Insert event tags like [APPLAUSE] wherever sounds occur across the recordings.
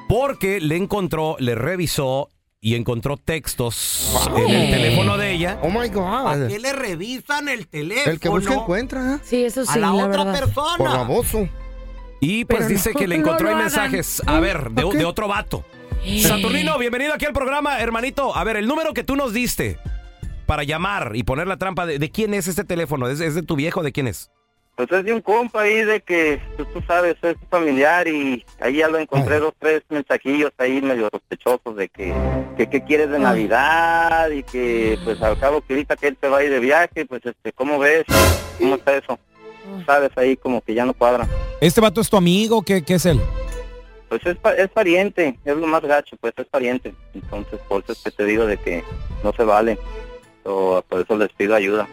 porque le encontró, le revisó y encontró textos en el teléfono de ella. Oh my God. le revisan el teléfono? El que busca encuentra. ¿eh? Sí, eso sí, la, verdad. Por persona. baboso. Y pues Pero dice no, que le no encontró lo ahí hagan. mensajes, a ver, de, ¿Por qué? de otro vato. Saturnino, bienvenido aquí al programa, hermanito. A ver, el número que tú nos diste para llamar y poner la trampa, ¿de, de quién es este teléfono? ¿Es, es de tu viejo? ¿De quién es? Pues es de un compa ahí de que, pues tú sabes, es familiar y ahí ya lo encontré dos, tres mensajillos ahí medio sospechosos de que, que qué quieres de Navidad y que pues al cabo que ahorita que él se va a ir de viaje, pues este, ¿cómo ves? ¿Cómo está eso? Sabes, ahí como que ya no cuadra. ¿Este vato es tu amigo? ¿Qué, qué es él? Pues es, pa- es pariente, es lo más gacho, pues es pariente. Entonces, por eso es que te digo de que no se vale. O, por eso les pido ayuda.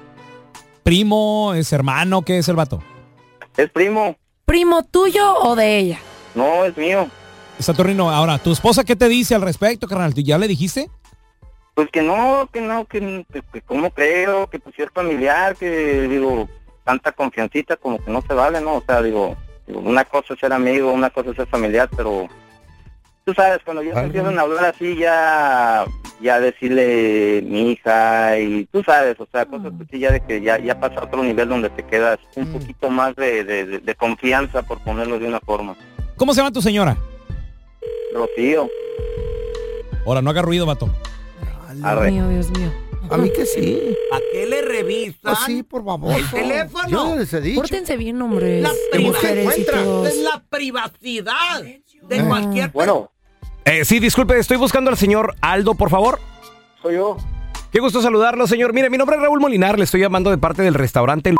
¿Primo? ¿Es hermano? ¿Qué es el vato? ¿Es primo? ¿Primo tuyo o de ella? No, es mío. Saturnino, ahora, ¿tu esposa qué te dice al respecto, carnal? ¿Tú ¿Ya le dijiste? Pues que no, que no, que, que, que cómo creo, que pues si es familiar, que digo, tanta confiancita como que no se vale, ¿no? O sea, digo, digo, una cosa es ser amigo, una cosa es ser familiar, pero tú sabes, cuando ya se Algo. empiezan a hablar así, ya, ya decirle mi hija y tú sabes, o sea, cosas así ya de que ya, ya pasa a otro nivel donde te quedas un poquito más de, de- de- de confianza, por ponerlo de una forma. ¿Cómo se llama tu señora? Rocío, Ahora, no haga ruido, vato. arre. Mío, Dios mío. A mí que sí. ¿A qué le revisan? Así, Ah, por baboso. ¿El teléfono? Yo les he dicho. Pórtense bien, hombres. La y prima mujeres y encuentra. todos. Eh. la privacidad de Ah. cualquier Bueno, Eh, sí, disculpe, estoy buscando al señor Aldo, por favor. soy yo. Qué gusto saludarlo, señor. Mire, mi nombre es Raúl Molinar. Le estoy llamando de parte del restaurante El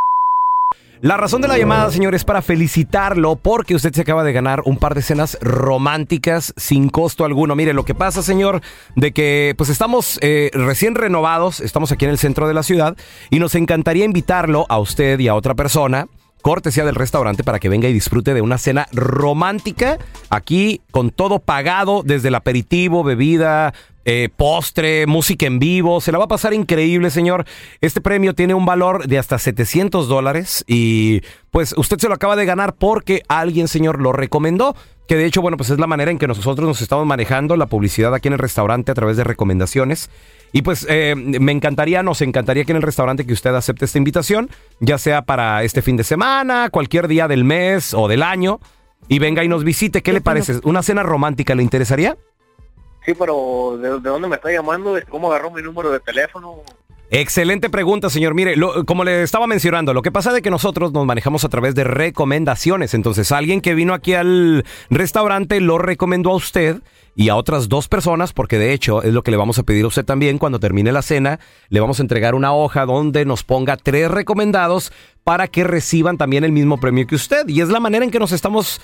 La razón de la llamada, señor, es para felicitarlo porque usted se acaba de ganar un par de cenas románticas sin costo alguno. Mire, lo que pasa, señor, de que pues estamos eh, recién renovados, estamos aquí en el centro de la ciudad y nos encantaría invitarlo a usted y a otra persona cortesía del restaurante para que venga y disfrute de una cena romántica aquí con todo pagado desde el aperitivo, bebida, eh, postre, música en vivo. Se la va a pasar increíble, señor. Este premio tiene un valor de hasta 700 dólares y pues usted se lo acaba de ganar porque alguien, señor, lo recomendó. Que de hecho, bueno, pues es la manera en que nosotros nos estamos manejando la publicidad aquí en el restaurante a través de recomendaciones. Y pues eh, me encantaría, nos encantaría aquí en el restaurante que usted acepte esta invitación, ya sea para este fin de semana, cualquier día del mes o del año, y venga y nos visite. ¿Qué le parece? ¿Una cena romántica le interesaría? Sí, pero ¿de, de dónde me está llamando? ¿De ¿Cómo agarró mi número de teléfono? Excelente pregunta, señor. Mire, lo- como le estaba mencionando, lo que pasa es que nosotros nos manejamos a través de recomendaciones. Entonces, alguien que vino aquí al restaurante lo recomendó a usted y a otras dos personas, porque de hecho es lo que le vamos a pedir a usted también cuando termine la cena. Le vamos a entregar una hoja donde nos ponga tres recomendados para que reciban también el mismo premio que usted. Y es la manera en que nos estamos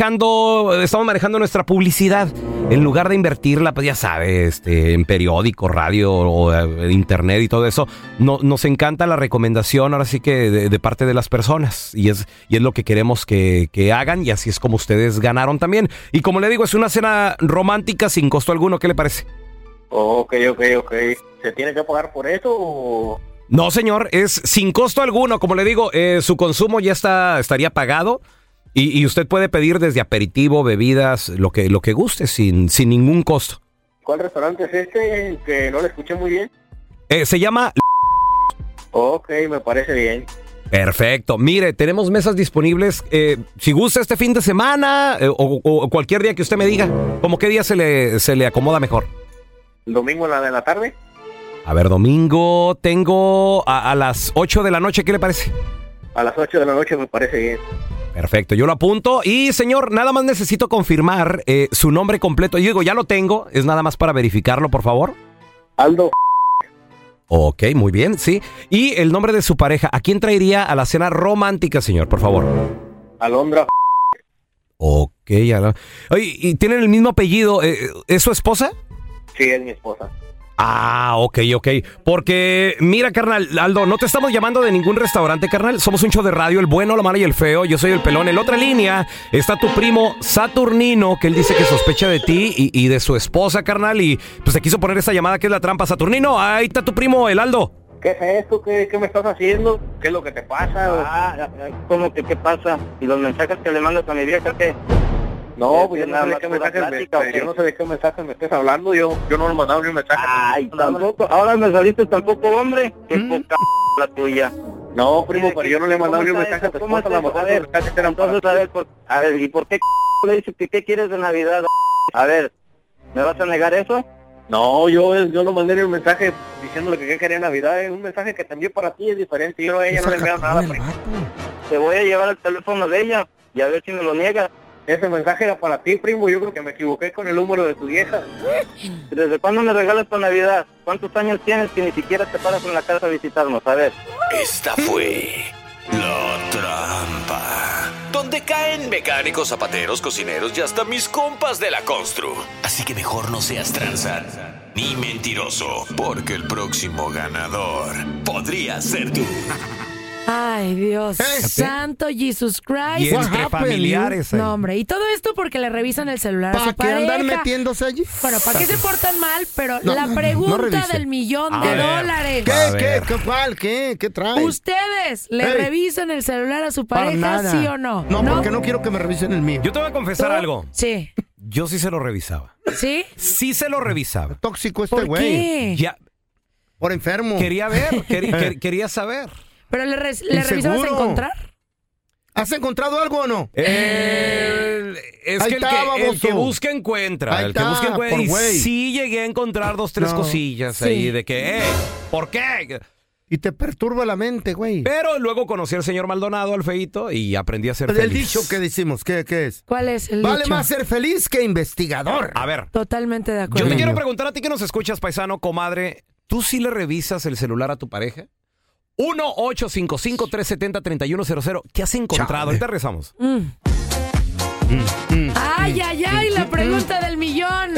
manejando, estamos manejando nuestra publicidad. En lugar de invertirla, pues ya sabe, este, en periódico, radio, o, eh, internet y todo eso, no, nos encanta la recomendación ahora sí que de, de parte de las personas. Y es, y es lo que queremos que, que hagan y así es como ustedes ganaron también. Y como le digo, es una cena romántica sin costo alguno, ¿qué le parece? ok, ok, ok. ¿Se tiene que pagar por eso o...? No, señor, es sin costo alguno. Como le digo, eh, su consumo ya está, estaría pagado. Y, y usted puede pedir desde aperitivo, bebidas, lo que, lo que guste, sin, sin ningún costo. ¿Cuál restaurante es este? Que no lo escuché muy bien. Eh, se llama Ok, me parece bien. Perfecto. Mire, tenemos mesas disponibles. eh, si gusta este fin de semana eh, o, o cualquier día que usted me diga, como qué día se le, se le acomoda mejor. ¿Domingo en la de la tarde? A ver, domingo tengo a, a las 8 de la noche, ¿qué le parece? A las 8 de la noche me parece bien. Perfecto, yo lo apunto. Y señor, nada más necesito confirmar eh, su nombre completo. Yo digo, ya lo tengo, es nada más para verificarlo, por favor. Aldo. Ok, muy bien, sí. Y el nombre de su pareja, ¿a quién traería a la cena romántica, señor, por favor? Alondra. Ok, ya la- Oye, ¿y tienen el mismo apellido? eh, ¿Es su esposa? Sí, es mi esposa. Ah, ok, ok. Porque, mira, carnal, Aldo, no te estamos llamando de ningún restaurante, carnal. Somos un show de radio, el bueno, la mala y el feo. Yo soy el pelón. En la otra línea está tu primo Saturnino, que él dice que sospecha de ti y, y de su esposa, carnal. Y pues te quiso poner esta llamada que es la trampa. Saturnino, ahí está tu primo, el Aldo. ¿Qué es esto? ¿Qué, qué me estás haciendo? ¿Qué es lo que te pasa? Ah, ¿Cómo que qué pasa? ¿Y los mensajes que le mandas a mi vieja qué? Eh, No, pues yo no Nada sé de más qué pura mensajes me, plática, ¿o me- qué? yo no sé de qué mensajes me estés hablando, yo, yo no le mandaba ni un mensaje. Ay, tampoco, ahora me saliste tampoco hombre, qué poca la tuya. No, primo, pero yo no le he mandado ni un mensaje pues, a tu ¿Cómo esposa, a lo mejor ver, entonces, a ver, por- a ver, ¿y por qué c- le dices que qué quieres de Navidad? A ver, ¿me vas a negar eso? No, yo, yo no mandé ni un mensaje diciéndole que qué quería Navidad, es un mensaje que también para ti es diferente, yo no, a ella no le veo nada. primo. Te voy a llevar el teléfono de ella y a ver si me lo niegas. Ese mensaje era para ti, primo, yo creo que me equivoqué con el número de tu vieja. ¿Desde cuándo me regalas tu Navidad? ¿Cuántos años tienes que ni siquiera te paras en la casa a visitarnos? A ver. Esta fue la trampa. Donde caen mecánicos, zapateros, cocineros y hasta mis compas de la constru. Así que mejor no seas tranza ni mentiroso, porque el próximo ganador podría ser tú. Ay, Dios santo, Jesus Christ. Y entre What happened, familiares, eh. No, hombre, y todo esto porque le revisan el celular a ¿Para su qué andar pareja. metiéndose allí? Bueno, ¿para qué se portan mal? Pero No, la no pregunta revisen. del millón A de ver, dólares. ¿Qué, qué, qué, cuál, qué, qué trae? ¿Ustedes le Ey. revisan el celular a su Para pareja, nada. sí o no? No, porque no quiero que me revisen el mío. Yo te voy a confesar algo. Sí. Yo sí se lo revisaba. ¿Sí? Sí se lo revisaba. Tóxico este ¿Por güey. qué? Ya. Por enfermo. Quería [LAUGHS] ver, queri- quer- quería saber. ¿Pero le, res- le revisabas a Inseguro. encontrar? ¿Has encontrado algo o no? El- Eh, es Ahí que, el está, que el que baboso. busca encuentra. Ahí el que está, busca encuentra. por Y güey. sí llegué a encontrar dos, tres No. cosillas Sí. ahí de que, eh, ¿por qué? Y te perturba la mente, güey. Pero luego conocí al señor Maldonado, al feito, y aprendí a ser El feliz. dicho que decimos, ¿qué, qué es? ¿Cuál es el Vale dicho? más ser feliz que investigador. A ver, Totalmente de yo acuerdo. te quiero preguntar a ti que nos escuchas, paisano, comadre. ¿Tú sí le revisas el celular a tu pareja? 1-855-370-3100. ¿Qué has encontrado? Ahorita rezamos. Mm. Mm, Ay, ay, ay, la pregunta del millón.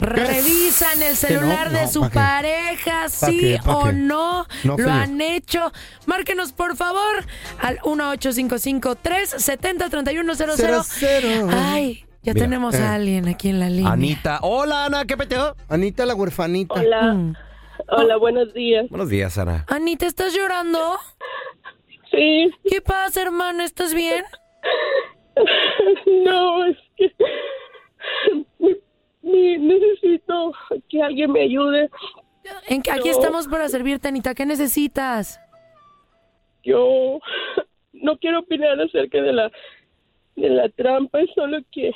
¿Revisan el celular no? de No, su ¿pa' qué? pareja, ¿Pa' sí qué? ¿Pa' o qué? no? No, ¿Lo señor. han hecho? Márquenos, por favor, al 1855-370-3100. Ay, ya Mira, tenemos eh. a alguien aquí en la línea. Anita. Hola, Ana, ¿qué peteo? Anita la huerfanita. Hola. Hola, buenos días. Buenos días, Ana. Anita, ¿estás llorando? Sí. ¿Qué pasa, hermana? ¿Estás bien? [LAUGHS] No, es que mi- necesito que alguien me ayude. En que aquí Yo- estamos para servirte, Anita. ¿Qué necesitas? Yo no quiero opinar acerca de la de la trampa, es solo que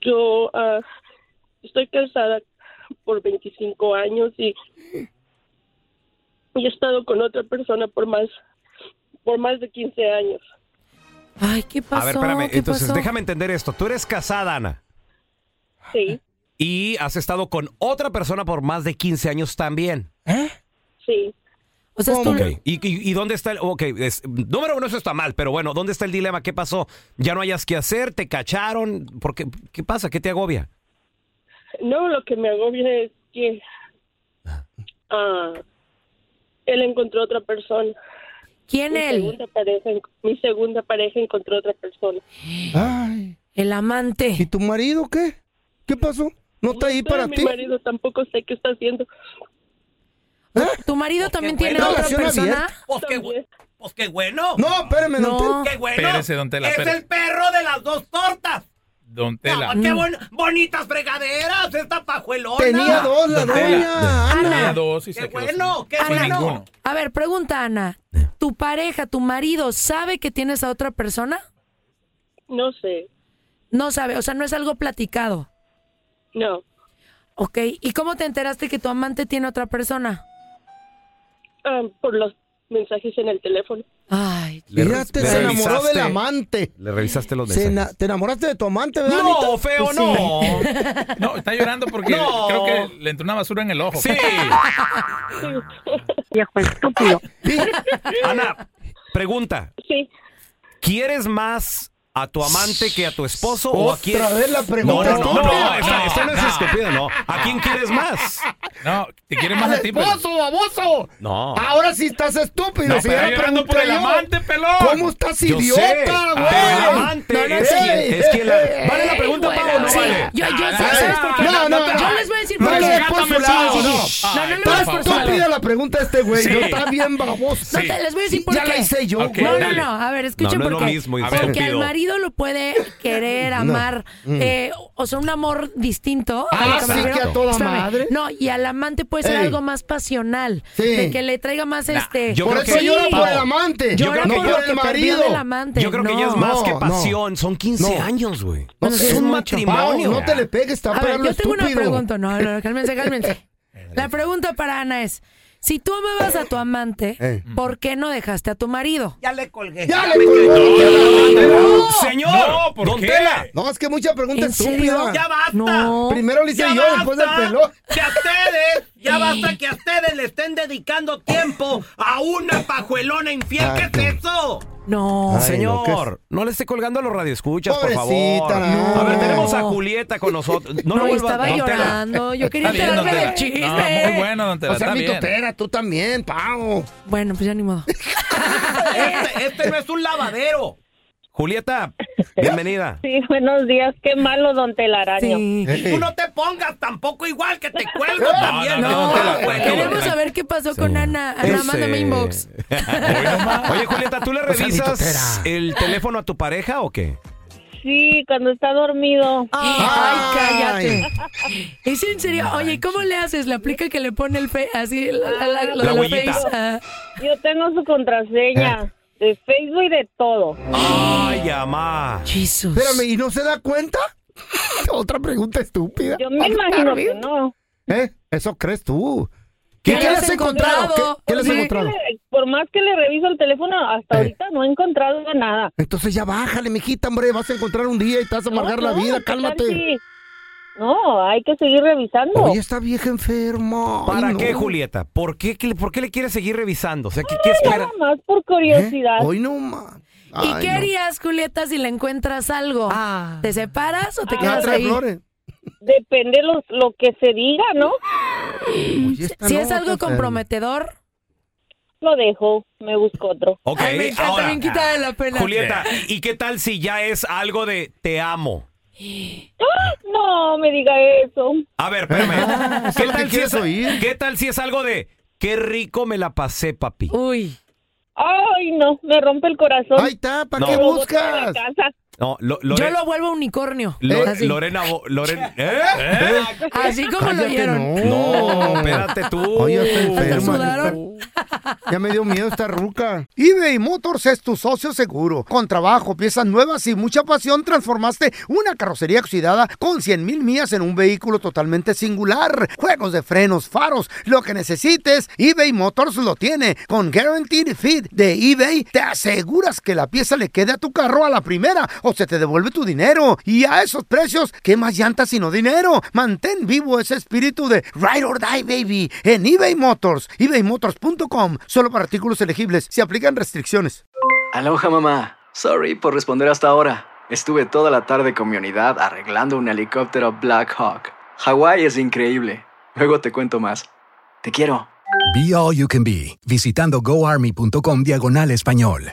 yo ah, estoy casada por 25 años y, y he estado con otra persona por más por más de 15 años. Ay, ¿qué a ver, espérame. Entonces, déjame entender esto. Tú eres casada, Ana, Sí, y has estado con otra persona por más de 15 años también. sí. ¿Eh? O sea, Ok. ¿Y, y, y dónde está el.? Ok, es- número uno, eso está mal, pero bueno, ¿dónde está el dilema? ¿Qué pasó? ¿Ya no hayas que hacer? ¿Te cacharon? ¿Por qué, ¿Qué pasa? ¿Qué te agobia? No, lo que me agobia es que ah, él encontró otra persona. ¿Quién mi él? Segunda pareja, en- mi segunda pareja encontró otra persona. El amante. ¿Y tu marido qué? ¿Qué pasó? ¿No está ahí Pero para mi ti? marido tampoco sé qué está haciendo. ¿Eh? ¿Tu marido también bueno. tiene otra Relación persona? abierta. Pues qué, bu- pues qué bueno. No, espérame, no. don Tela. Qué bueno. Espérese, don Tela, es espérese. Ah. el perro de las dos tortas. Ah, Don Tela. Mm. Qué bon- bonitas fregaderas, esta pajuelona. Tenía dos, la Don Tela. doña, Ana. Tenía dos y qué se quedó bueno, qué Ana, bueno. A ver, pregunta, Ana. ¿Tu pareja, tu marido, sabe que tienes a otra persona? No sé. No sabe, o sea, no es algo platicado. No. Ok, ¿y cómo te enteraste que tu amante tiene otra persona? Ah, por los mensajes en el teléfono. Ay, Mira, te se enamoró del amante. Le revisaste los Se mensajes. ena- te enamoraste de tu amante, ¿verdad? No, Anita? feo, Pues no. sí. No, está llorando porque No. creo que le entró una basura en el ojo. [LAUGHS] Sí. Viejo estúpido. Ana, pregunta. Sí. ¿Quieres más a tu amante que a tu esposo o a Otra quién? vez la pregunta No, no, no, estúpida. no, Ah. esta, esta no es No. estúpida, no. ¿A quién quieres más? No, te quiere ¡Al más a ti, pero- esposo, baboso! No. Ahora sí estás estúpido. No, si pero ya yo ando por pregunté el yo. amante, pelón. ¿Cómo estás Yo sé, idiota, güey? pero el amante es quien- es quien la- Eh, ¿Vale la pregunta, Pau, o no vale? Yo, yo, Ah, ¿sabes, ¿sabes por qué? No, no, no. Yo les voy a decir No por le qué. des por su lado, Sí. no. No, no le Está voy a por su estúpida lado. la pregunta a este güey. Sí. No está bien baboso. Pues, No te les voy a decir por Ya qué. la hice yo, güey. no, no, no. A ver, escuchen No, no es por lo qué. mismo, Porque al estúpido. marido lo puede [LAUGHS] querer, No. amar, Mm. eh, o sea, un amor distinto. Ah, a lo me sí, refiero. que a toda Espérame. madre. No, y al amante puede ser Ey. algo más pasional. Sí. De que le traiga más Nah, este. yo Por creo eso que- llora por el amante, Yo yo creo llora que por ya- lo que el perdió marido. del amante. Yo creo que No. ya es más que No, no. pasión. Son 15 No. años, güey. No es sé, un mucho. matrimonio. Pau, no te le pegues, está A ver, parado yo tengo una estúpido. pregunta. No, no, cálmense, [LAUGHS] cálmense. La pregunta para Ana es: si tú amabas a tu amante, Ey. ¿por qué no dejaste a tu marido? Ya le colgué. Eh. ¡Ya le colgó! No. [LAUGHS] Señor, ¿por don qué? Tela. No, es que mucha pregunta ¿En serio? estúpida. Ya basta. Primero le hice Ya yo, basta. después del pelón. Que a ustedes, ya basta que a ustedes le estén dedicando tiempo a una pajuelona infiel. Ay, ¿Qué es eso? No. Ay, no, ¿qué Señor, no, le esté colgando a los radioescuchas, por favor. Pobrecita, no. A ver, tenemos a Julieta con nosotros. No, No, lo vuelva- estaba Don Tela. llorando. Yo quería Está bien, don enterarme del chiste. Tela. No, muy bueno, don Tela, O sea, está mi bien. totera, tú también, pavo. Bueno, pues ya ni modo. Este, este no es un lavadero. [LAUGHS] Julieta, bienvenida. [LAUGHS] Sí, buenos días. Qué malo, don Telaraño. Tú no te pongas tampoco igual que te cuelgo No, también. no, no, don Tela, tranquilo, Queremos saber qué pasó con Ana. Ana, mándame inbox. [LAUGHS] Oye, Julieta, ¿tú le O sea, ni revisas el teléfono a tu pareja o qué? Sí, cuando está dormido. Ay, cállate. [LAUGHS] ¿Es en serio? Oye, ¿y ¿cómo le haces? ¿Le aplica que le pone el fe así la, la, la- La la huellita. face? Ah. Yo tengo su contraseña Eh. de Facebook y de todo. Ay, amá. Jesús. Espérame, ¿y no se da cuenta? [LAUGHS] Otra pregunta estúpida. Yo me imagino que no. ¿Eh? Eso crees tú. ¿Qué ¿Qué, qué le les has has encontrado? encontrado? ¿Qué, qué les has Por más encontrado? Pues Eh. que le- Por más que le reviso el teléfono, hasta ahorita no he encontrado nada. Entonces ya bájale, mijita, hombre. Vas a encontrar un día y te vas a amargar No, la no, vida. ¿qué tal Cálmate. si- No, hay que seguir revisando. Oye, esta vieja enferma. ¿Para no. qué, Julieta? ¿Por qué, qué- por qué le quieres seguir revisando? O sea, ¿qué, qué Nada espera? más por curiosidad. ¿Eh? Hoy no más. ¿Y qué harías, Julieta, si le encuentras algo? ¿Te separas o te Ah. quedas Ya trae ahí? flores. Depende lo, lo que se diga, ¿no? esta Ah, Si es no, algo está comprometedor, Lo dejo, me busco otro. Ok, Ay, me encanta, ahora. bien quitada de la pena. Julieta, ¿y qué tal si ya es algo de te amo? ¡Ah! No me diga eso. A ver, espérame. es lo que quieres oír. ¿Qué tal si es algo de qué rico me la pasé, papi? Uy. Ay, no, me rompe el corazón. Ahí está, ¿para qué Lo boté buscas? de la casa. No, lo- yo Lore- lo vuelvo unicornio. Lo- Así. Lorena, Bo- Loren- ¿Eh? ¿Eh? Así como lo Cállate, oyeron. No, espérate tú. Oye, está enferma. sudaron. Ya me dio miedo esta ruca. eBay Motors es tu socio seguro. Con trabajo, piezas nuevas y mucha pasión, transformaste una carrocería oxidada con 100 mil millas en un vehículo totalmente singular. Juegos de frenos, faros, lo que necesites, eBay Motors lo tiene. Con Guaranteed Fit de eBay, te aseguras que la pieza le quede a tu carro a la primera o se te devuelve tu dinero. Y a esos precios, ¿qué más llantas sino dinero? Mantén vivo ese espíritu de Ride or Die, baby, en eBay Motors. ebaymotors.com. Solo para artículos elegibles. Se aplican restricciones. Aloha mamá. Sorry por responder hasta ahora. Estuve toda la tarde con mi unidad arreglando un helicóptero Black Hawk. Hawái es increíble. Luego te cuento más. Te quiero. Be All You Can Be, visitando goarmy.com diagonal español.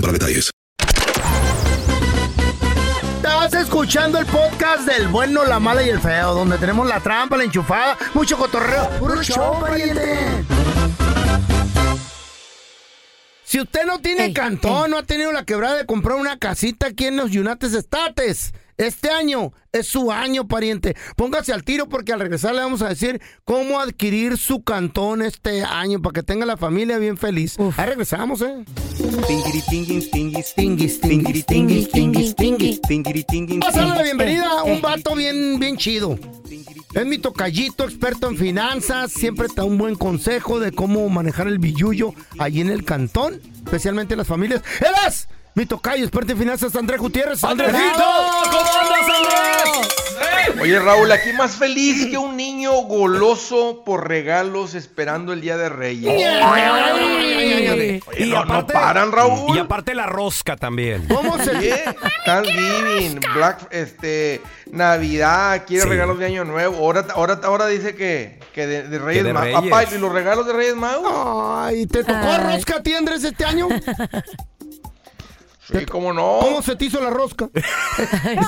para detalles. Estás escuchando el podcast del bueno, la mala y el feo, donde tenemos la trampa, la enchufada, mucho cotorreo. ¡Puro show, pariente! Si usted no tiene cantón, no ha tenido la quebrada de comprar una casita aquí en los United States, este año es su año, pariente. Póngase al tiro porque al regresar le vamos a decir cómo adquirir su cantón este año para que tenga la familia bien feliz. Ahí regresamos, ¿eh? Vamos a darle la bienvenida a un vato bien, bien chido. Es mi tocallito, experto en finanzas. Siempre te da un buen consejo de cómo manejar el billullo allí en el cantón, especialmente las familias. ¡Él es Mi tocayo, experto en finanzas, Andrés Gutiérrez. ¡Andresito! ¿Cómo andas, Andrés? Oye, Raúl, aquí más feliz [LAUGHS] que un niño goloso por regalos esperando el Día de Reyes. Ay. Oye, no, no paran, Raúl. Y aparte la rosca también. ¿Cómo se [LAUGHS] Thanksgiving, Black, este, Navidad, quiere Sí. regalos de Año Nuevo. Ahora, ahora, ahora dice que, que de, de Reyes de Magos. Reyes. Papá, ¿y los regalos de Reyes Magos? Ay, ¿te tocó rosca a ti, Andrés, este [LAUGHS] año? Sí, cómo no. ¿Cómo se te hizo la rosca? No,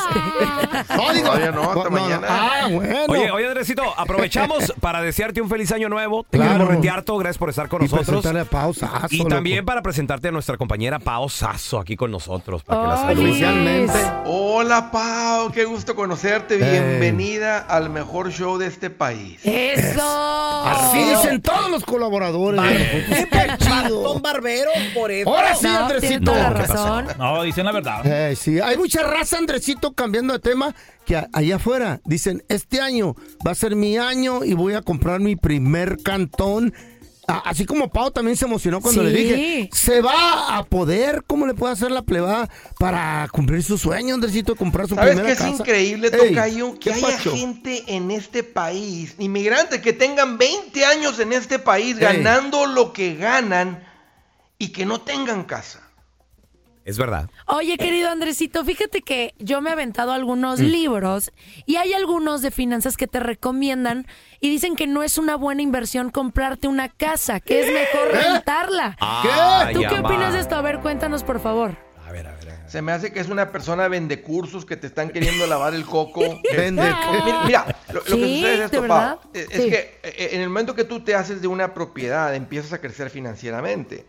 digo- Todavía no, hasta No, no, mañana. Ah, bueno. Oye, oye, Andresito, [LAUGHS] aprovechamos para desearte un feliz año nuevo. Te Claro. queremos retear todo. Gracias por estar con Y nosotros. presentarle a Pao Sasso, Y loco. también para presentarte a nuestra compañera Pao Sasso aquí con nosotros. Para que Oh. la saludes. Oficialmente. Hola, Pau, qué gusto Eh. conocerte. Bienvenida al mejor show de este país. ¡Eso! Así dicen todos los colaboradores. Son barberos por eso. Ahora sí, No, Andresito. tiene toda la ¿Qué pasó? razón. No, dicen la verdad. Eh, sí, hay mucha raza, Andresito, cambiando de tema, que a- allá afuera dicen, este año va a ser mi año y voy a comprar mi primer cantón. A- Así como Pau también se emocionó cuando le Sí. dije, ¿se va a poder? ¿Cómo le puede hacer la plebada para cumplir su sueño, Andresito, de comprar su ¿Sabes primera qué es casa? increíble, Ey, Tocayo? Que ¿qué haya pacho? gente en este país, inmigrantes que tengan 20 años en este país Ey. ganando lo que ganan y que no tengan casa. Es verdad. Oye, querido Andresito, fíjate que yo me he aventado algunos Mm. libros y hay algunos de finanzas que te recomiendan y dicen que no es una buena inversión comprarte una casa, que es mejor rentarla. Ah, ¿Tú ya qué va. opinas de esto? A ver, cuéntanos, por favor. Se me hace que es una persona vende cursos que te están queriendo lavar el [LAUGHS] coco. Vende- Eh, Mira, mira, lo, lo que Sí, sucede es ¿de esto, verdad? Pau. Eh, Sí. Es que eh, en el momento que tú te haces de una propiedad, empiezas a crecer financieramente.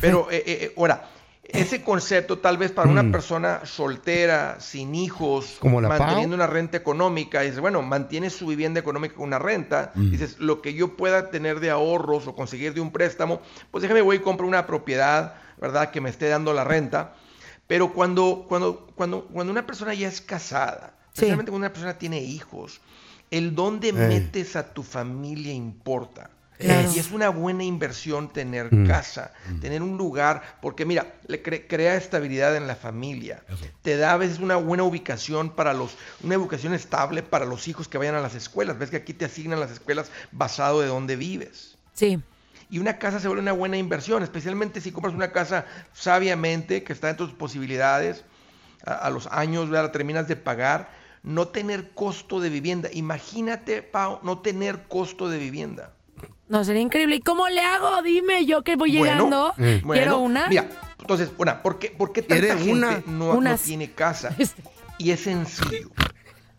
Pero, eh, eh, eh, ahora, Ese concepto tal vez para una persona soltera, sin hijos, Mm. Como la Pau. manteniendo una renta económica, dices, bueno, mantienes su vivienda económica con una renta, Mm. dices, lo que yo pueda tener de ahorros o conseguir de un préstamo, pues déjame voy y compro una propiedad, ¿verdad? Que me esté dando la renta. Pero cuando, cuando, cuando, cuando una persona ya es casada, especialmente cuando una persona tiene hijos, el dónde Ey. metes a tu familia importa. Eh, Y es una buena inversión tener Mm. casa, tener un lugar, porque mira, le cre- crea estabilidad en la familia. Te da a veces una buena ubicación para los, una educación estable para los hijos que vayan a las escuelas. Ves que aquí te asignan las escuelas basado de dónde vives. Sí. Y una casa se vuelve una buena inversión, especialmente si compras una casa sabiamente, que está en tus posibilidades, a, a los años, ¿verdad? La terminas de pagar, no tener costo de vivienda. Imagínate, Pau, no tener costo de vivienda. No, sería increíble. ¿Y cómo le hago? Dime yo que voy llegando. Quiero mm. bueno, una. Mira, entonces, una, ¿por qué, por qué tanta ¿Quieres gente una? no, no Unas. Este. tiene [LAUGHS] casa? Y es sencillo.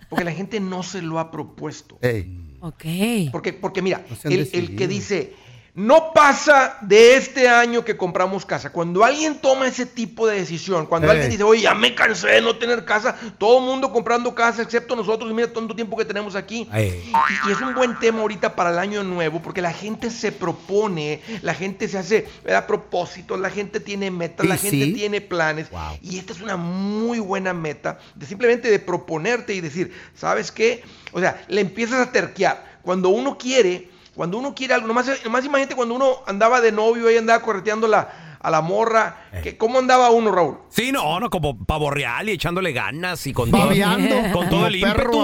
Porque la gente no se lo ha propuesto. Ok. Porque, porque mira, se han el, el que decidido. dice, no pasa de este año que compramos casa. Cuando alguien toma ese tipo de decisión, cuando Ey. alguien dice, oye, ya me cansé de no tener casa, todo el mundo comprando casa, excepto nosotros, y mira tanto tiempo que tenemos aquí. Y, y es un buen tema ahorita para el año nuevo, porque la gente se propone, la gente se hace ¿verdad? propósitos, la gente tiene metas, Y la gente sí. tiene planes. Y esta es una muy buena meta de simplemente de proponerte y decir, ¿sabes qué? O sea, le empiezas a terquear. Cuando uno quiere, cuando uno quiere algo, nomás, nomás imagínate cuando uno andaba de novio y andaba correteando la, a la morra. Eh. que- ¿Cómo andaba uno, Raúl? Sí, no, no, como pavo real y echándole ganas y con todo, Babeando. [LAUGHS] con todo el Como perro ímpetu. babeando.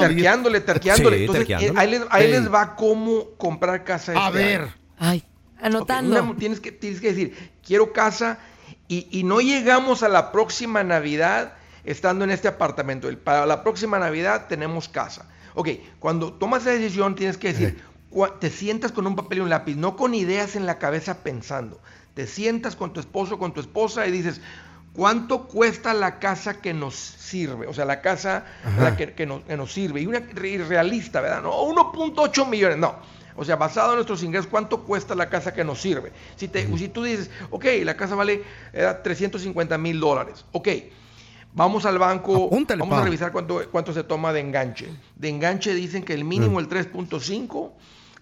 Terqueándole, terqueándole. Entonces, eh, ahí les- ahí les va cómo comprar casa. este A ver. Ay, anotando. tienes, que, tienes que decir, quiero casa y, y no llegamos a la próxima Navidad estando en este apartamento. El- para la próxima Navidad tenemos casa. Ok, cuando tomas esa decisión tienes que decir, cua- te sientas con un papel y un lápiz, no con ideas en la cabeza pensando. Te sientas con tu esposo, con tu esposa y dices, ¿Cuánto cuesta la casa que nos sirve? O sea, la casa la que, que nos, que nos sirve. Y una re- realista, ¿verdad? No, 1.8 millones, no. O sea, basado en nuestros ingresos, ¿cuánto cuesta la casa que nos sirve? Si, te, si tú dices, ok, la casa vale eh, 350 mil dólares. Ok, vamos al banco, vamos a pa. revisar cuánto, cuánto se toma de enganche. De enganche dicen que el mínimo el 3.5.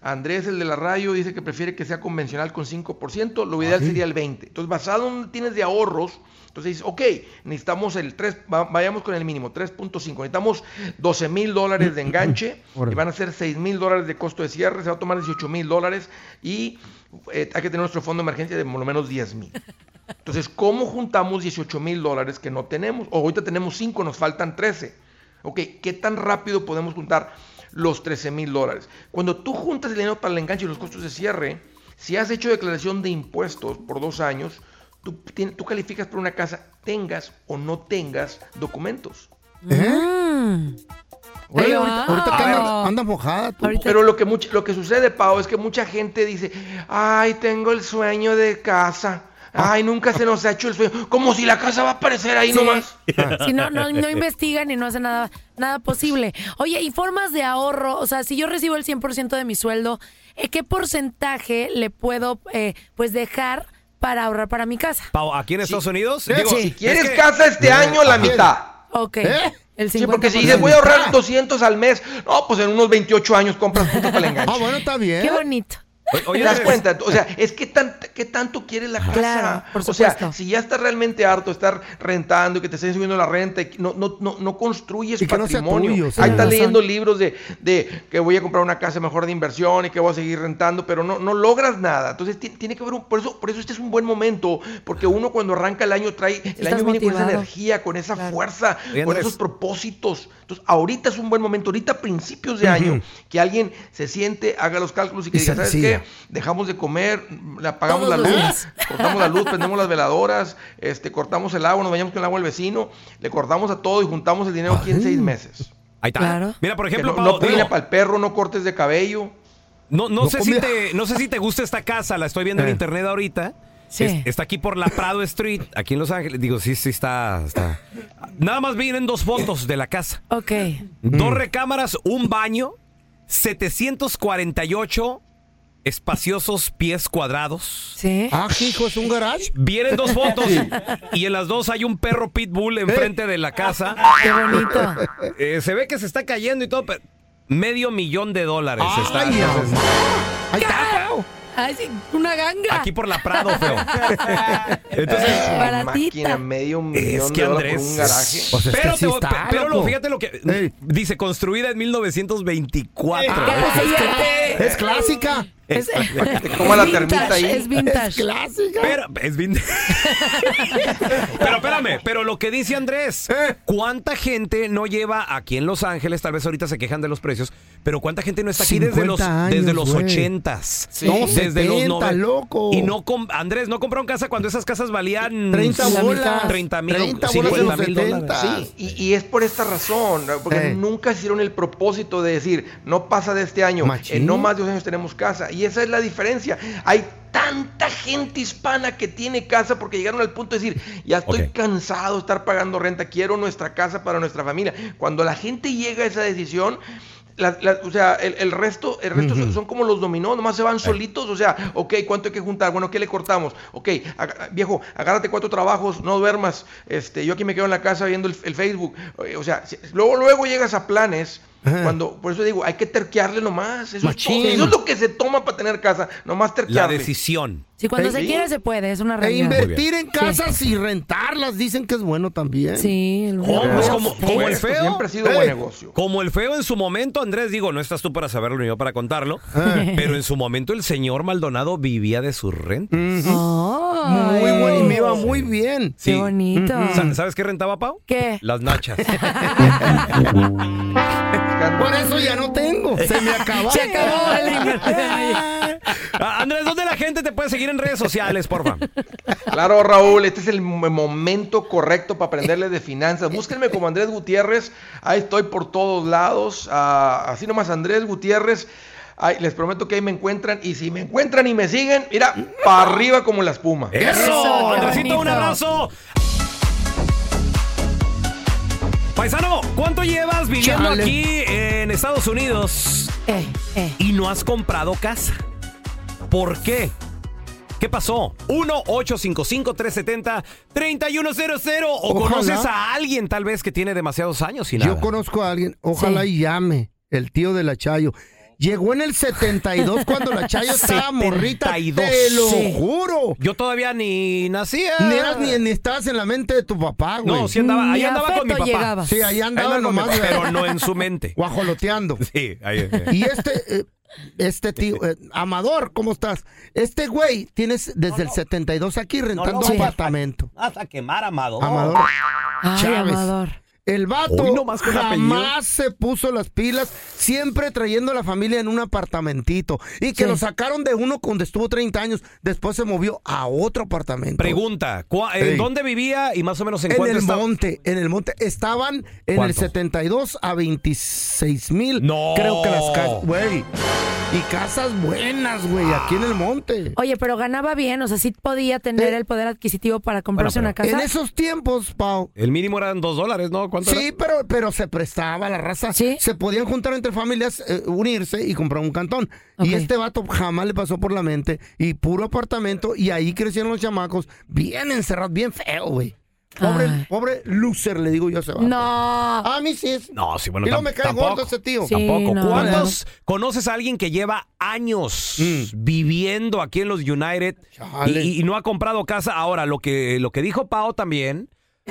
Andrés, el de la radio, dice que prefiere que sea convencional con 5%, lo ideal sería el 20%. Entonces, basado en lo que tienes de ahorros, entonces dices, ok, necesitamos el 3, va- vayamos con el mínimo, 3.5, necesitamos 12 mil dólares de enganche, y van a ser 6 mil dólares de costo de cierre, se va a tomar 18 mil dólares, y eh, hay que tener nuestro fondo de emergencia de por lo menos 10 mil. Entonces, ¿cómo juntamos 18 mil dólares que no tenemos? O ahorita tenemos 5, nos faltan 13. Ok, ¿qué tan rápido podemos juntar los 13 mil dólares? Cuando tú juntas el dinero para el enganche y los costos de cierre, si has hecho declaración de impuestos por dos años, tú, tien- tú calificas por una casa, tengas o no tengas documentos. Oye, ¿Eh? ahorita, ahorita que A ver, andas, andas mojada tú. pero lo que, much- lo que sucede, Pau, es que mucha gente dice, ay, tengo el sueño de casa. Ay, nunca se nos ha hecho el sueño. Como si la casa va a aparecer ahí Sí. nomás. Si no, no, [LAUGHS] no investigan y no hacen nada, nada posible. Oye, ¿y formas de ahorro? O sea, si yo recibo el 100% de mi sueldo, ¿eh, ¿qué porcentaje le puedo eh, pues dejar para ahorrar para mi casa? Pau, aquí en Estados Unidos. Sí, digo, si es quieres que- casa este año, la Ajá. mitad. Ok. ¿Eh? El 50%. Sí, porque si dices voy a ahorrar 200 al mes, no, pues en unos 28 años compras juntas [LAUGHS] para el enganche. Ah, bueno, está bien. Qué bonito. ¿Te das cuenta? O sea, es que tan, qué tanto quieres la casa. Claro, por o sea, si ya estás realmente harto de estar rentando y que te estén subiendo la renta, y que no, no, no, no construyes Y que no sea patrimonio. tuyo, sí. Ahí estás Tienes leyendo libros de, de que voy a comprar una casa mejor de inversión y que voy a seguir rentando, pero no, no logras nada. Entonces ti- tiene que haber un, por eso, por eso este es un buen momento, porque uno cuando arranca el año trae, el Estás año viene con esa motivado. energía, con esa fuerza, Oye, con Andrés. esos propósitos. Entonces, ahorita es un buen momento, ahorita a principios de Ujú. año, que alguien se siente, haga los cálculos y que Y diga, se ¿sabes decida. qué? Dejamos de comer, le apagamos Todos la los luz, días. cortamos la luz, prendemos las veladoras, este, cortamos el agua, nos bañamos con el agua del vecino, le cortamos a todo y juntamos el dinero aquí en seis meses. Ahí está. Mira, por Que ejemplo, no, Pau, no digo- para el perro, no cortes de cabello. No, no, No sé si comida. te, no sé si te gusta esta casa, la estoy viendo en internet ahorita. Sí. Es- está aquí por la Prado Street, aquí en Los Ángeles. Digo, sí, sí, está. está. Nada más vienen dos fotos de la casa. Ok. Dos recámaras, un baño, 748 espaciosos pies cuadrados. Sí. Ah, hijo, es un garage. Vienen dos fotos y en las dos hay un perro pitbull enfrente de la casa. Qué bonito. Eh, se ve que se está cayendo y todo, pero medio millón de dólares está. Ay, sí, una ganga. Aquí por la Prado, feo. [LAUGHS] Eh, Entonces, Baratita. medio Es millón que de dólares Andrés. pues por un garaje. o sea, pero Pero te te- voy- pe- pe- pero pero lo- fíjate lo que dice, construida en 1924. Es, clásica. Es, como Este, la termita ahí. Es vintage. Es clásica. Pero, es bien- [LAUGHS] pero espérame, pero lo que dice Andrés, ¿Eh? ¿cuánta gente no lleva aquí en Los Ángeles? Tal vez ahorita se quejan de los precios, pero ¿cuánta gente no está aquí desde los, 50 desde años, los güey. ochentas? Sí. No, desde 70, noven- loco. Y no com- Andrés, no compraron casa cuando esas casas valían 30 la mitad, bolas. 30 mil, 30 bolas de 50 los mil 70. dólares. Sí, y, y es por esta razón, ¿no? porque Eh. nunca hicieron el propósito de decir, no pasa de este año, Machín. en no más de dos años tenemos casa. Y esa es la diferencia. Hay tanta gente hispana que tiene casa porque llegaron al punto de decir, ya estoy cansado de estar pagando renta, quiero nuestra casa para nuestra familia. Cuando la gente llega a esa decisión... la- la- o sea, el, el resto, el resto son, son como los dominó, nomás se van solitos. O sea, ok, ¿cuánto hay que juntar? Bueno, ¿qué le cortamos? Ok, aga- viejo, agárrate cuatro trabajos, no duermas. Este, yo aquí me quedo en la casa viendo el, el Facebook. eh, O sea, si- luego, luego llegas a planes. Cuando, por eso digo, hay que terquearle nomás. Eso es, Machín. todo. Eso es lo que se toma para tener casa, nomás La terquearle. decisión. Sí, cuando Sí. se quiere se puede, es una E realidad. invertir en casas Sí. y rentarlas dicen que es bueno también. Sí, el Oh, pues como, como el feo. siempre ha sido buen negocio. Como el feo en su momento, Andrés, digo, no estás tú para saberlo ni yo para contarlo, Ah. Eh. pero en su momento el señor Maldonado vivía de sus rentas. Ay, Muy bueno y me iba muy bien. Sí. Oh, Qué bonito. Sa- ¿Sabes qué rentaba, Pau? ¿Qué? Las [LAUGHS] [LAUGHS] nachas. Por eso ya no tengo. Se me acabó. Se acabó [LAUGHS] el dinero. Ah, Andrés, ¿dónde la gente te puede seguir en redes sociales, porfa? Claro, Raúl, este es el mo- momento correcto para aprenderle de finanzas. Búsquenme como Andrés Gutiérrez, ahí estoy por todos lados, ah, así nomás Andrés Gutiérrez. Ay, les prometo que ahí me encuentran y si me encuentran y me siguen, mira, para arriba como la espuma. Eso, qué Andresito, un bonito. abrazo. Paisano, ¿cuánto llevas viviendo Chale. aquí en Estados Unidos Eh, eh. y no has comprado casa? ¿Por qué? ¿Qué pasó? 1-855-370-3100. ¿O Ojalá. conoces a alguien tal vez que tiene demasiados años y nada? Yo conozco a alguien, ojalá y llame, el tío de la Chayo. Llegó en el 72 cuando [LAUGHS] la Chayo estaba morrita. 72. Te lo Sí. juro. Yo todavía ni nacía. Ni eras ni, ni estabas en la mente de tu papá, güey. No, sí andaba, ahí Ni andaba con mi afecto papá. llegaba. Sí, ahí Ahí andaba andaba con mi nomás, papá, güey. pero no en su mente. Guajoloteando. [LAUGHS] Sí, ahí ahí. Y este, eh, este tío, eh, Amador, ¿cómo estás? Este güey tienes desde el 72 aquí rentando no, sí. apartamento. Vas a quemar, Amado. Amador. Ay, Chávez. Amador. El vato Oh. Hoy nomás con apellido. jamás se puso las pilas, siempre trayendo a la familia en un apartamentito. Y que Sí. lo sacaron de uno cuando estuvo 30 años, después se movió a otro apartamento. Pregunta, ¿cuá- ¿en Ey. dónde vivía y más o menos en, En cuánto el estaba? monte, en el monte. Estaban en el ¿Cuánto? 72 a 26 mil. No. Creo que las casas, güey. Y casas buenas, güey, aquí en el monte. Oye, pero ganaba bien, o sea, sí podía tener el poder adquisitivo para comprarse Bueno, una casa. En esos tiempos, Pau. El mínimo eran dos dólares, ¿no? ¿Cuánto Sí, pero, pero se prestaba la raza. Sí. Se podían juntar entre familias, eh, unirse y comprar un cantón. Y Ok. este vato jamás le pasó por la mente. Y puro apartamento. Y ahí crecieron los chamacos. Bien encerrados, bien feo, güey. Ay. Pobre, pobre loser, le digo yo a ese vato. No. A mí sí es. era? No, sí, bueno, y no tam- me cae tampoco. gordo ese tío. Sí, Tampoco. no, ¿Cuántos conoces a alguien que lleva años viviendo aquí en los United Mm. Chale. y, y no ha comprado casa? Ahora, lo que, lo que dijo Pao también,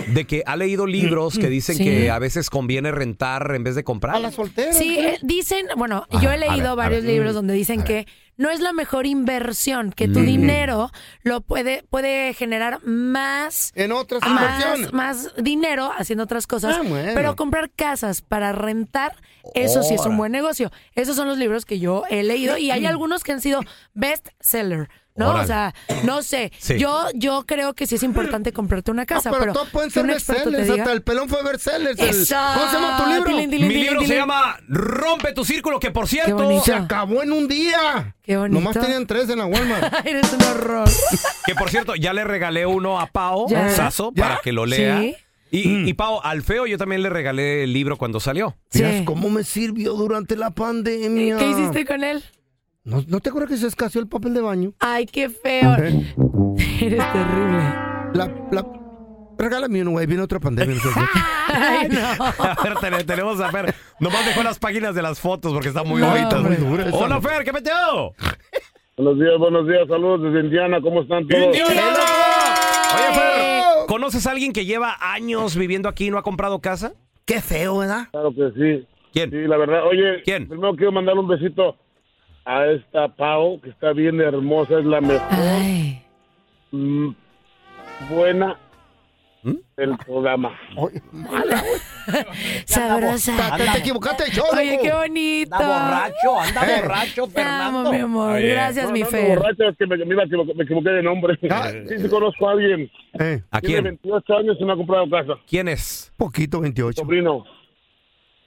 de que ha leído libros que dicen Sí. que a veces conviene rentar en vez de comprar. A la soltera. Sí, eh, dicen, bueno, Ajá, yo he a ver, a leído varios ver. Mm. Mm. libros donde dicen que no es la mejor inversión, que tu dinero lo puede, puede generar más, En otras más, inversiones. más dinero haciendo otras cosas. Ah, bueno. Pero comprar casas para rentar, eso sí es un buen negocio. Esos son los libros que yo he leído y hay algunos que han sido best seller. Mm. ¿No? Órale. O sea, no sé. Sí. Yo, yo creo que sí es importante comprarte una No, casa, pero, pero, todos que pueden ser un experto te bestsellers. diga- Hasta el pelón fue bestsellers. El- Eso. ¿Cómo se llama tu libro? Tilín, tilín, Mi tilín, libro se tilín. llama Rompe tu círculo, que por cierto, bonito. Se acabó en un día. Qué bonito. Nomás tenían tres en la Walmart. [LAUGHS] Eres un horror. Que por cierto, ya le regalé uno a Pao, Ya. a Saso, para Ya. que lo lea. Sí. Y, Mm. y Pao, al feo yo también le regalé el libro cuando salió. Sí. Miras cómo me sirvió durante la pandemia. ¿Qué hiciste con él? ¿No, no te acuerdas que se escaseó el papel de baño? Ay, qué feo. [LAUGHS] Eres terrible. La, la, regálame uno, güey. Viene otra pandemia. no sé qué. [LAUGHS] [LAUGHS] Ay, no. A ver, tene- tenemos a Fer. Nomás dejó las páginas de las fotos porque están muy No, bonitas. hombre, dura esa Hola, madre. Fer, ¿qué peteo? Buenos días, buenos días. Saludos desde Indiana. ¿Cómo están todos? Oye, Eh. Fer, ¿conoces a alguien que lleva años viviendo aquí y no ha comprado casa? Qué feo, ¿verdad? Claro que sí. ¿Quién? Sí, la verdad. Oye, primero quiero mandar un besito a esta Pau, que está bien hermosa, es la mejor. mm, buena ¿Mm? del programa. Sabrosa. Te- te equivocaste, yo. Oye, qué bonito. Eh. Fernando. mi amor. Está bien. Gracias, No, mi no, no, Fer. borracho, es que me, me iba a equivocar- me equivoqué de nombre. Ah. [LAUGHS] Sí, sí conozco a alguien. Eh. ¿A Tiene quién? 28 años y no ha comprado casa. ¿Quién es? Poquito, 28. Sobrino.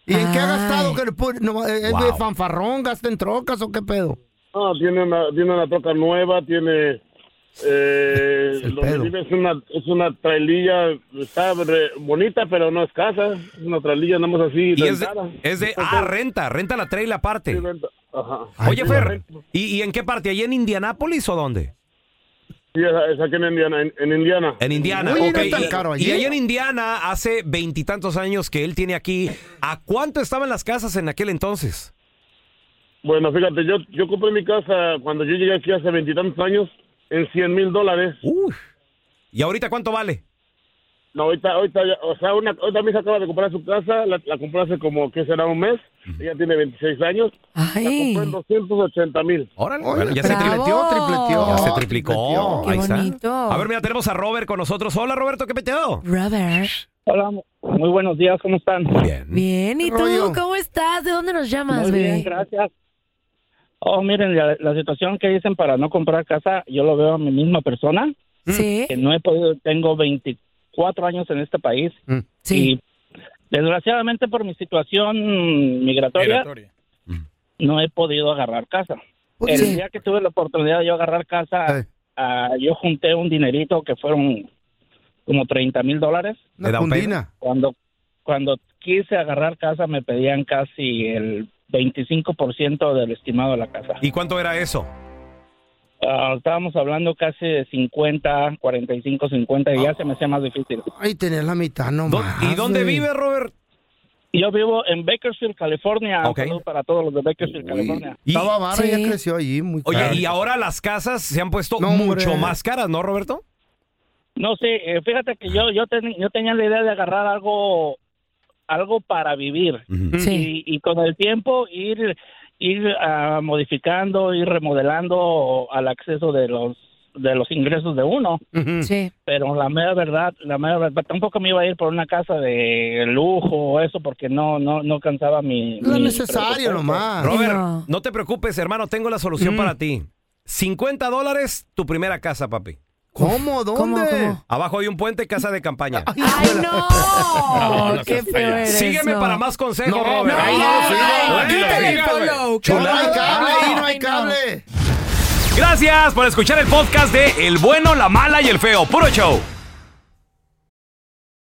¿Y en qué ha gastado? Que le pone- no, eh, ¿Es de Wow. fanfarrón? ¿Gasta en trocas o qué pedo? No, tiene una, tiene una troca nueva, tiene... Eh, donde pedo. vive es una, es una traililla, está re- bonita, pero no es casa. Es una traililla, nada más así, Y es de, rentada. es de- ah, renta, renta la trae y la parte. Ajá. Oye, Fer, ¿y, y en qué parte? ¿Ahí en Indianápolis o dónde? Sí, es, es aquí en Indiana. En, en Indiana. En Indiana. Oye, ok. no es tan Y- caro y, allí. allá en Indiana, hace veintitantos años que él tiene aquí, ¿a cuánto estaban las casas en aquel entonces? Bueno, fíjate, yo, yo compré mi casa cuando yo llegué aquí hace veintitantos años en 100 mil dólares. ¿Y ahorita cuánto vale? No, ahorita, ahorita, ya- o sea, una, ahorita mi hija acaba de comprar su casa, la, la compró hace como, ¿qué será? Un mes. Ella tiene 26 años. La compró en 280 mil. Órale, bueno, ya se tripleteó, tripleteó. Ya se triplicó. Qué Ahí está. bonito. A ver, mira, tenemos a Robert con nosotros. Hola, Roberto, ¿qué peteo? Robert. Hola, muy buenos días, ¿cómo están? Bien. Bien, ¿y tú Rollo. cómo estás? ¿De dónde nos llamas, Muy bien, bebé? gracias. Oh, miren, la, la situación que dicen para no comprar casa, yo lo veo a mi misma persona. Sí. Que no he podido, tengo 24 años en este país. Sí. Y desgraciadamente por mi situación migratoria, Migratoria. no he podido agarrar casa. Pues El sí. día que tuve la oportunidad de yo agarrar casa, ah, yo junté un dinerito que fueron como 30 mil dólares. Una cundina. Cuando, cuando quise agarrar casa me pedían casi el 25% del estimado de la casa. ¿Y cuánto era eso? Ah, estábamos hablando casi de 50, 45, 50 Ah. y ya se me hacía más difícil. Ay, tenías la mitad nomás. ¿Y dónde güey. vive, Robert? Yo vivo en Bakersfield, California. Un saludo para todos los de Bakersfield, California. Estaba barra y ya creció allí. Muy Oye, caro. y ahora las casas se han puesto No, hombre. mucho más caras, ¿no, Roberto? No sé, eh, fíjate que yo yo, ten- yo tenía la idea de agarrar algo algo para vivir y, y con el tiempo ir ir ah, modificando, ir remodelando al acceso de los de los ingresos de uno. Sí. Pero la mera verdad, la mera verdad, tampoco me iba a ir por una casa de lujo o eso porque no no no cansaba mi mi presupuesto. Robert, no. te preocupes, hermano, tengo la solución Mm. para ti. 50 dólares, tu primera casa, papi. ¿Cómo? ¿Dónde? Abajo de un puente, casa de campaña. ¡Ay, no! No, no ¡Qué seas feo payaso. eres! Sígueme no. para más consejos, No, Robert. no, Ahí no, no, no, sígueme. no, quítale el follow. Chulada. No hay cable, ahí no hay Ay, no. cable. Gracias por escuchar el podcast de El bueno, la mala y el feo. Puro show.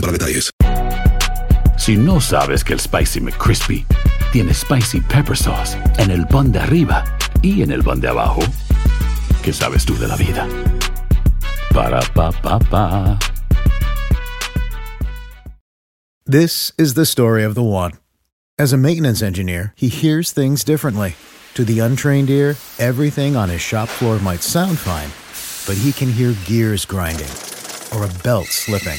para detalles. Si no sabes que el Spicy McCrispy tiene spicy pepper sauce en el pan de arriba y en el pan de abajo, ¿qué sabes tú de la vida? Para pa pa pa. This is the story of the one. As a maintenance engineer, he hears things differently. To the untrained ear, everything on his shop floor might sound fine, but he can hear gears grinding or a belt slipping.